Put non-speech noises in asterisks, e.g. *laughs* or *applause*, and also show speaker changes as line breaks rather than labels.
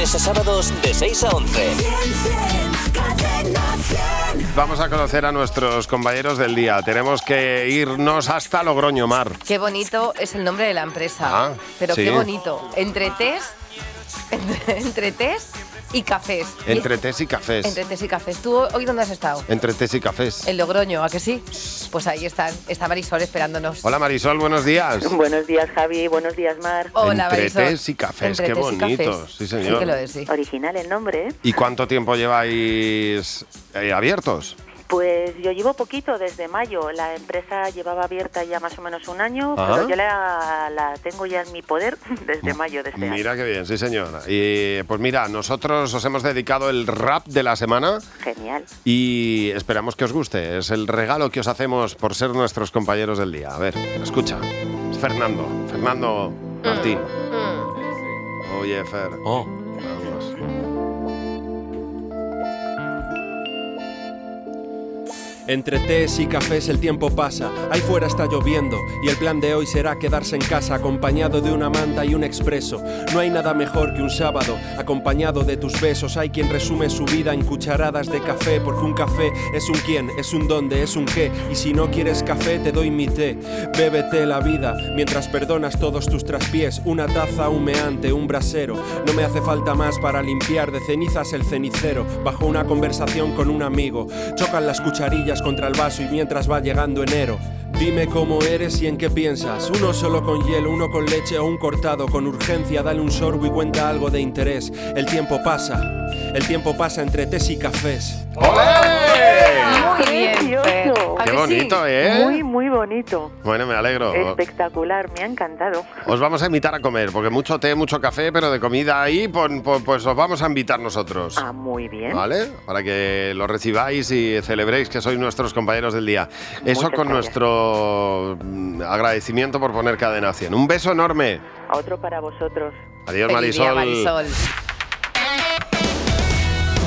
a sábados de 6 a 11.
Vamos a conocer a nuestros compañeros del día. Tenemos que irnos hasta Logroño Mar.
Qué bonito es el nombre de la empresa.
Ah,
pero
sí.
qué bonito. Entre tés, entre, entre tés y cafés. Y-
Entre tés y cafés.
entre tés y cafés. ¿Tú hoy dónde has estado?
Entre tés y cafés.
En Logroño, ¿a que sí? Pues ahí están, está Marisol esperándonos.
Hola Marisol, buenos días.
*laughs* Buenos días, Javi. Buenos días, Mar.
Hola,
Entre
Marisol.
tés y cafés,
Entre
qué
tés y
bonito,
cafés.
sí, señor.
que lo es, sí.
Original el nombre, ¿eh?
¿Y cuánto tiempo lleváis eh, abiertos?
Pues yo llevo poquito, desde mayo. La empresa llevaba abierta ya más o menos un año,
Ah.
pero yo la, la tengo ya en mi poder *laughs* desde mayo de este año.
Mira qué bien, sí señora. Y pues mira, nosotros os hemos dedicado el rap de la semana
Genial.
y esperamos que os guste. Es el regalo que os hacemos por ser nuestros compañeros del día. A ver, escucha. Es Fernando, Fernando Martín. Oye, Fer.
Oh.
Vamos.
Entre tés y cafés el tiempo pasa, ahí fuera está lloviendo y el plan de hoy será quedarse en casa acompañado de una manta y un expreso. No hay nada mejor que un sábado acompañado de tus besos. Hay quien resume su vida en cucharadas de café porque un café es un quién, es un dónde, es un qué y si no quieres café te doy mi té. Bébete la vida mientras perdonas todos tus traspiés, una taza humeante, un brasero. No me hace falta más para limpiar de cenizas el cenicero bajo una conversación con un amigo. Chocan las cucharillas contra el vaso y mientras va llegando enero. Dime cómo eres y en qué piensas. Uno solo con hielo, uno con leche o un cortado. Con urgencia, dale un sorbo y cuenta algo de interés. El tiempo pasa. El tiempo pasa entre tés y cafés.
¡Olé!
Muy bien. Fer.
Precioso.
¿A
¡Qué
que sí? Eh,
bonito, eh! Ah.
Muy, muy bonito.
Bueno, me alegro.
Espectacular, me ha encantado.
Os vamos a invitar a comer, porque mucho té, mucho café, pero de comida ahí, pon- pon- pues os vamos a invitar nosotros.
Ah, muy bien.
¿Vale? Para que lo recibáis y celebréis que sois nuestros compañeros del día. Eso
Muchas
con
gracias.
nuestro mm, agradecimiento por poner cadena 100. Un beso enorme.
A otro para vosotros.
Adiós,
Feliz
Marisol.
día, Marisol.